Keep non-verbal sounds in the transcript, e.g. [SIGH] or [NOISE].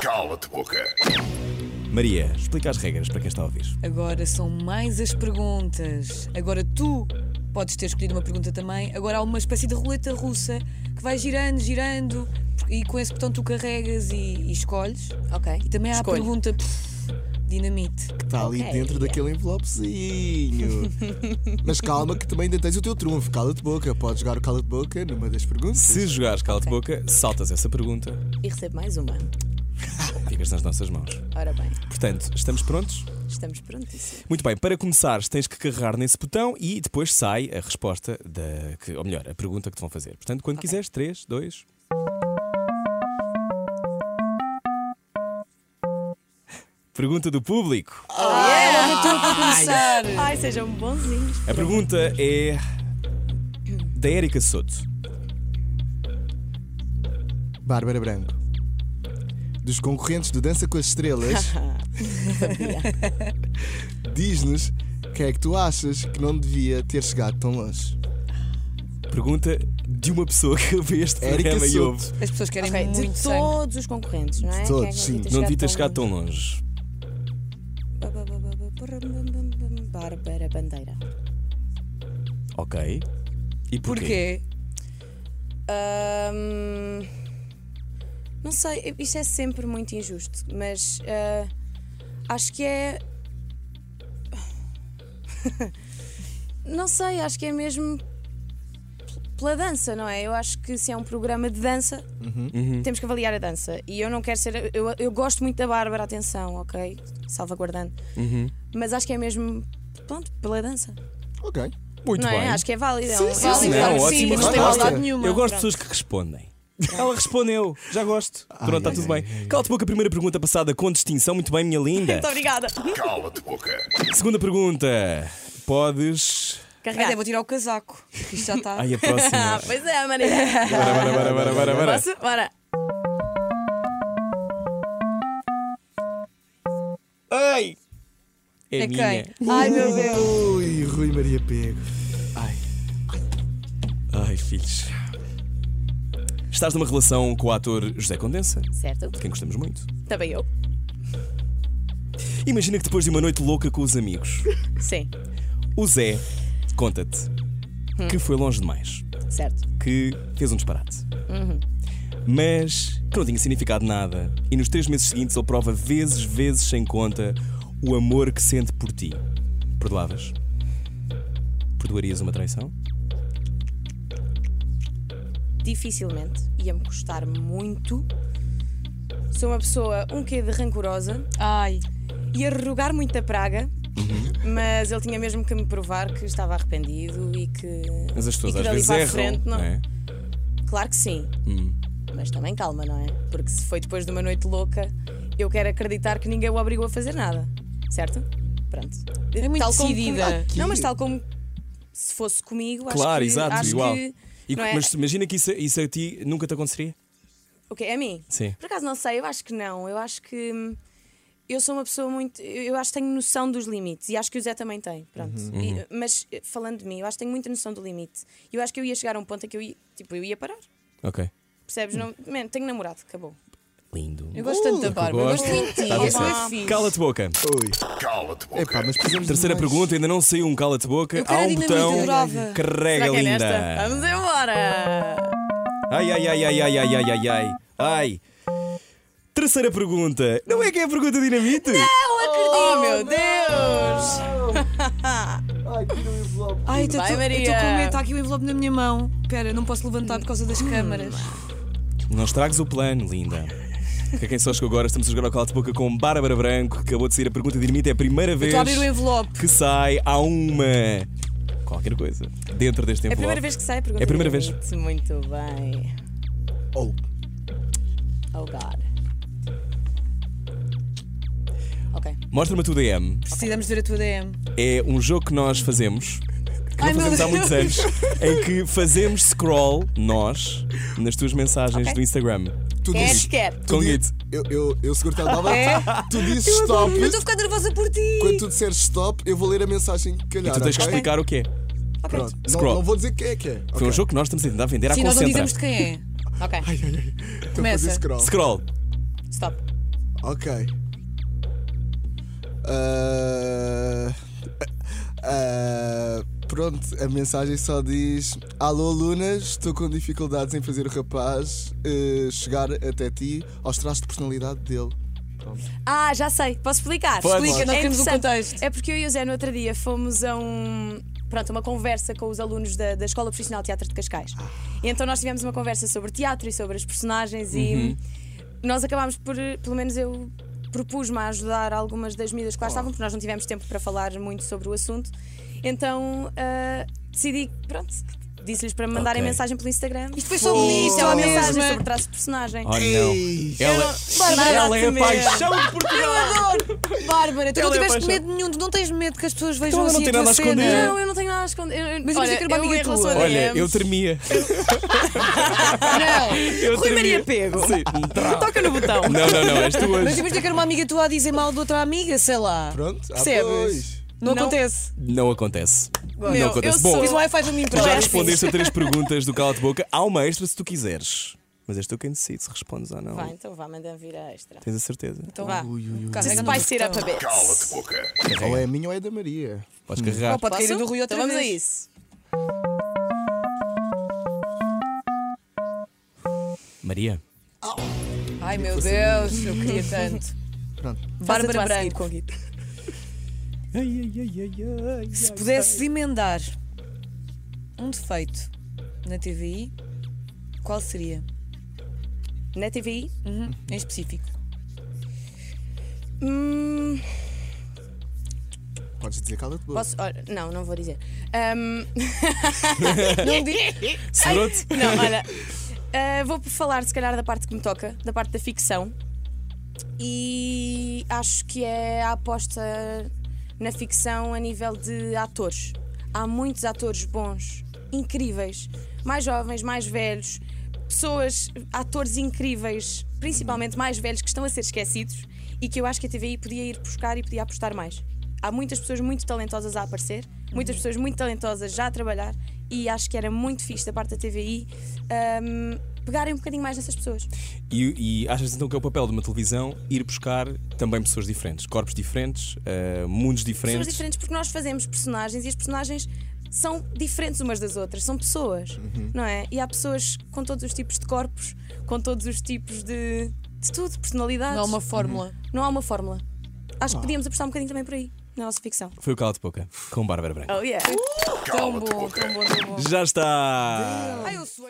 Cala-te boca. Maria, explica as regras para quem está a ouvir. Agora são mais as perguntas. Agora tu podes ter escolhido uma pergunta também. Agora há uma espécie de roleta russa que vai girando, girando, e com esse botão tu carregas e, e escolhes. Ok. E também há Escolho. a pergunta pff, dinamite. que está Tá ali Ok. dentro daquele [LAUGHS] envelopezinho. Mas calma que também ainda tens o teu trunfo, cala-te boca. Podes jogar o cala-te boca numa das perguntas. Se jogares cala-te boca, saltas essa pergunta E recebo mais uma. ou ficas nas nossas mãos. Ora bem, Portanto, estamos prontos? estamos prontíssimos. Muito bem, para começares tens que carregar nesse botão e depois sai a resposta da. Que, ou melhor, a pergunta que te vão fazer. Portanto, quando quiseres, 3, 2. Pergunta do público. Começar. Ai, sejam bonzinhos. A pergunta é da Érica Soto. Bárbara Branco. Dos concorrentes do Dança com as [LAUGHS] Estrelas, [LAUGHS] diz-nos quem é que tu achas que não devia ter chegado tão longe. Pergunta de uma pessoa que vê este Érica programa e Soto. ouve. As pessoas querem Ok, muito de sangue. todos os concorrentes, não é? De Quem é todos, que sim. Não devia ter chegado um? tão longe. longe. Bárbara Bandeira. Ok. E porquê? Porquê? Ahm, não sei, isto é sempre muito injusto, mas ah, acho que é. [LAUGHS] não sei, acho que é mesmo p- pela dança, não é? Eu acho que se é um programa de dança, temos que avaliar a dança. E eu não quero ser. Eu, eu gosto muito da Bárbara, atenção, ok? Salvaguardando. Mas acho que é mesmo. Pronto, pela dança. Ok. Muito não bem. é? Acho que é válido. é um- sim, é um- não, Válido, sim, claro que ótima sim, mas não tem resposta. maldade nenhuma. Eu gosto de pessoas que respondem. Ela respondeu, já gosto. Pronto, está ai, tudo bem. Cala-te boca, primeira pergunta passada com distinção. Muito bem, minha linda. [LAUGHS] Muito obrigada. Cala-te boca. Segunda pergunta. Podes. Ai, Carregada. devo Ah, tirar o casaco. Isto já está. Ai, é a [LAUGHS] Ah, próxima. [LAUGHS] pois é, Maria. Bora, bora, bora, bora, bora, bora. Posso? Bora. Ai! É, É minha. quem? Ai, meu Deus. Ui, Rui Maria Pego. Ai. Ai, filhos. Estás numa relação com o ator José Condensa, de Certo. quem gostamos muito. Também eu. Imagina que depois de uma noite louca com os amigos, Sim. o Zé conta-te Hum. que foi longe demais. Certo. que fez um disparate. Mas que não tinha significado nada. E nos três meses seguintes ele prova vezes, vezes sem conta o amor que sente por ti. Perdoavas? Perdoarias uma traição? Dificilmente. Ia-me custar muito. Sou uma pessoa um quê de rancorosa. Ai. Ia rerugar muito a praga. Uhum. Mas ele tinha mesmo que me provar que estava arrependido e que. Mas as pessoas e que às dali vezes para a erram. frente, não. não é? Claro que sim. Hum. Mas também calma, não é? Porque se foi depois de uma noite louca, eu quero acreditar que ninguém o obrigou a fazer nada. Certo? Pronto. É muito tal como- decidida. não, mas tal como se fosse comigo, acho Claro, que. exato, acho igual. que- E- não é? Mas imagina que isso, isso a ti nunca te aconteceria? O quê? É A mim? Sim. Por acaso não sei, eu acho que não. Eu acho que hum, eu sou uma pessoa muito. Eu eu acho que tenho noção dos limites e acho que o Zé também tem. Pronto. Uhum. E, mas eh, falando de mim, eu acho que tenho muita noção do limite. E Eu acho que eu ia chegar a um ponto em que eu ia, tipo, eu ia parar. Ok. Percebes? Hum. Não, man, tenho namorado, acabou. Lindo. Eu gosto tanto da Bárbara. Eu gosto gosto. Tá muito de ti. Estás a És ser- bué fixe. Cala-te boca. Ui. Cala-te Epá, boca. mas precisamos de Terceira mais. pergunta, ainda não saiu um cala-te boca. Eu quero Há a um dinamite, botão. adorava. Carrega, Será que é linda. nesta? Vamos embora! Ai, ai, ai, ai, ai, ai, ai, ai, ai, ai. Terceira pergunta. Não é que é a pergunta dinamite? Oh, meu Deus! Ai, tira o envelope. Ai, tá eu estou Vai, com Maria. medo. Está aqui o envelope na minha mão. Espera, não posso levantar por causa das câmaras. Não estragues o plano, linda. Para quem só chegou agora, estamos a jogar ao cala de boca com Bárbara Branco, que acabou de sair a pergunta dinamite. É a primeira vez Estou a abrir o envelope. que sai. Há uma. qualquer coisa dentro deste É a envelope. primeira vez que sai a pergunta. É a primeira do vez. limite. Muito bem. Oh. Oh, God. Ok. Mostra-me a tua DM. Precisamos ver a tua DM. É um jogo que nós fazemos. Que Ai, não meu fazemos há muitos anos. Deus. Em que fazemos scroll, nós, nas tuas mensagens Ok. do Instagram. Tu Quer, dizes. quer. Tu Com dizes- it. Eu, eu, eu seguro-te a palavra. Tu dizes stop. Eu estou a ficar nervosa por ti. Quando tu disseres stop, eu vou ler a mensagem que calhar. E tu tens que ok? explicar o que é. Pronto. Não, Scroll. não vou dizer quem é que é. Foi [LAUGHS] um jogo que nós estamos a tentar vender à Sim, nós não Concentra. dizemos de quem é. Ok. Começa. Então Scroll. Scroll. Stop. Ok. Ah, ah, pronto, a mensagem só diz: Alô, Lunas, estou com dificuldades em fazer o rapaz eh, chegar até ti aos traços de personalidade dele. Ah, já sei, posso explicar? Pode. Pode. Explica, não Nós queremos o contexto. É porque eu e o Zé no outro dia fomos a um. Pronto, uma conversa com os alunos da, da Escola Profissional de Teatro de Cascais. E então nós tivemos uma conversa sobre teatro e sobre as personagens e nós acabámos por, pelo menos eu propus-me a ajudar algumas das miúdas que lá estavam, porque nós não tivemos tempo para falar muito sobre o assunto. Então ah, decidi, pronto, disse-lhes para me mandarem Ok. mensagem pelo Instagram. Isto foi sobre isto, E Isto é uma mesmo. mensagem sobre traço de personagem. Oh, Ei. não. Ela, Bárbara ela é a Nascimento. paixão de Portugal. Bárbara, tu Ela não é tiveste paixão. medo nenhum, tu não tens medo que as pessoas vejam ela não assim tem nada a tua cena. esconder. Não, eu não tenho nada a esconder. Mas imagina que era uma amiga tua. Olha, eu tremia. Eu Rui tremia. Maria Pego. Sim. Toca no botão. Um Não, não, não, és tu Mas hoje. imagina que era uma amiga tua a dizer mal de outra amiga, sei lá. Pronto, ah, Percebes? pois. Não, Não. acontece. Não acontece. Meu, não acontece. eu Bom, sou- Fiz o Wi-Fi para mim tu já próprio. respondeste a três perguntas do Cala de Boca. Há uma extra se tu quiseres. Mas és tu quem decide se respondes ou não. [LAUGHS] Vai, então vá, manda vir a extra. Tens a certeza? Então Vá. vá. Carrega Just no spice it up a botão. bit. Cala-te boca. Ou é a minha ou é da Maria. Podes carregar. Pode cair Posso? do Rui outra então vamos a vez. isso. Maria. Ai meu Deus, eu queria tanto. Pronto. Bárbara Faz a tua a seguir, Branco, Conguito. Ai, ai, ai, ai, ai, se ai. pudesses emendar um defeito na TVI, qual seria? Na TVI? Uhum, Em específico. Hum, Podes dizer cala-te boca. posso. olha, não, não vou dizer. Hum, [LAUGHS] Ahm, Não digo. Segurou-te? não, olha. ah, vou falar, se calhar, da parte que me toca, da parte da ficção. E acho que é a aposta na ficção a nível de atores. Há muitos atores bons, incríveis, mais jovens, mais velhos, pessoas, atores incríveis, principalmente mais velhos, que estão a ser esquecidos e que eu acho que a TVI podia ir buscar e podia apostar mais. Há muitas pessoas muito talentosas a aparecer, muitas pessoas muito talentosas já a trabalhar e acho que era muito fixe da parte da TVI hum, pegarem um bocadinho mais nessas pessoas. E, e achas então que é o papel de uma televisão ir buscar também pessoas diferentes, corpos diferentes, eh, mundos pessoas diferentes. diferentes porque nós fazemos personagens e as personagens são diferentes umas das outras, são pessoas, não é? E há pessoas com todos os tipos de corpos, com todos os tipos de, de tudo, personalidades. Não há uma fórmula. Não há uma fórmula. Acho que podíamos apostar um bocadinho também por aí, na nossa ficção. Foi o Cala de Boca, Oh, com Bárbara Branco. yeah. Tão bom, tão bom, tão bom. Já está! Ai, eu sou.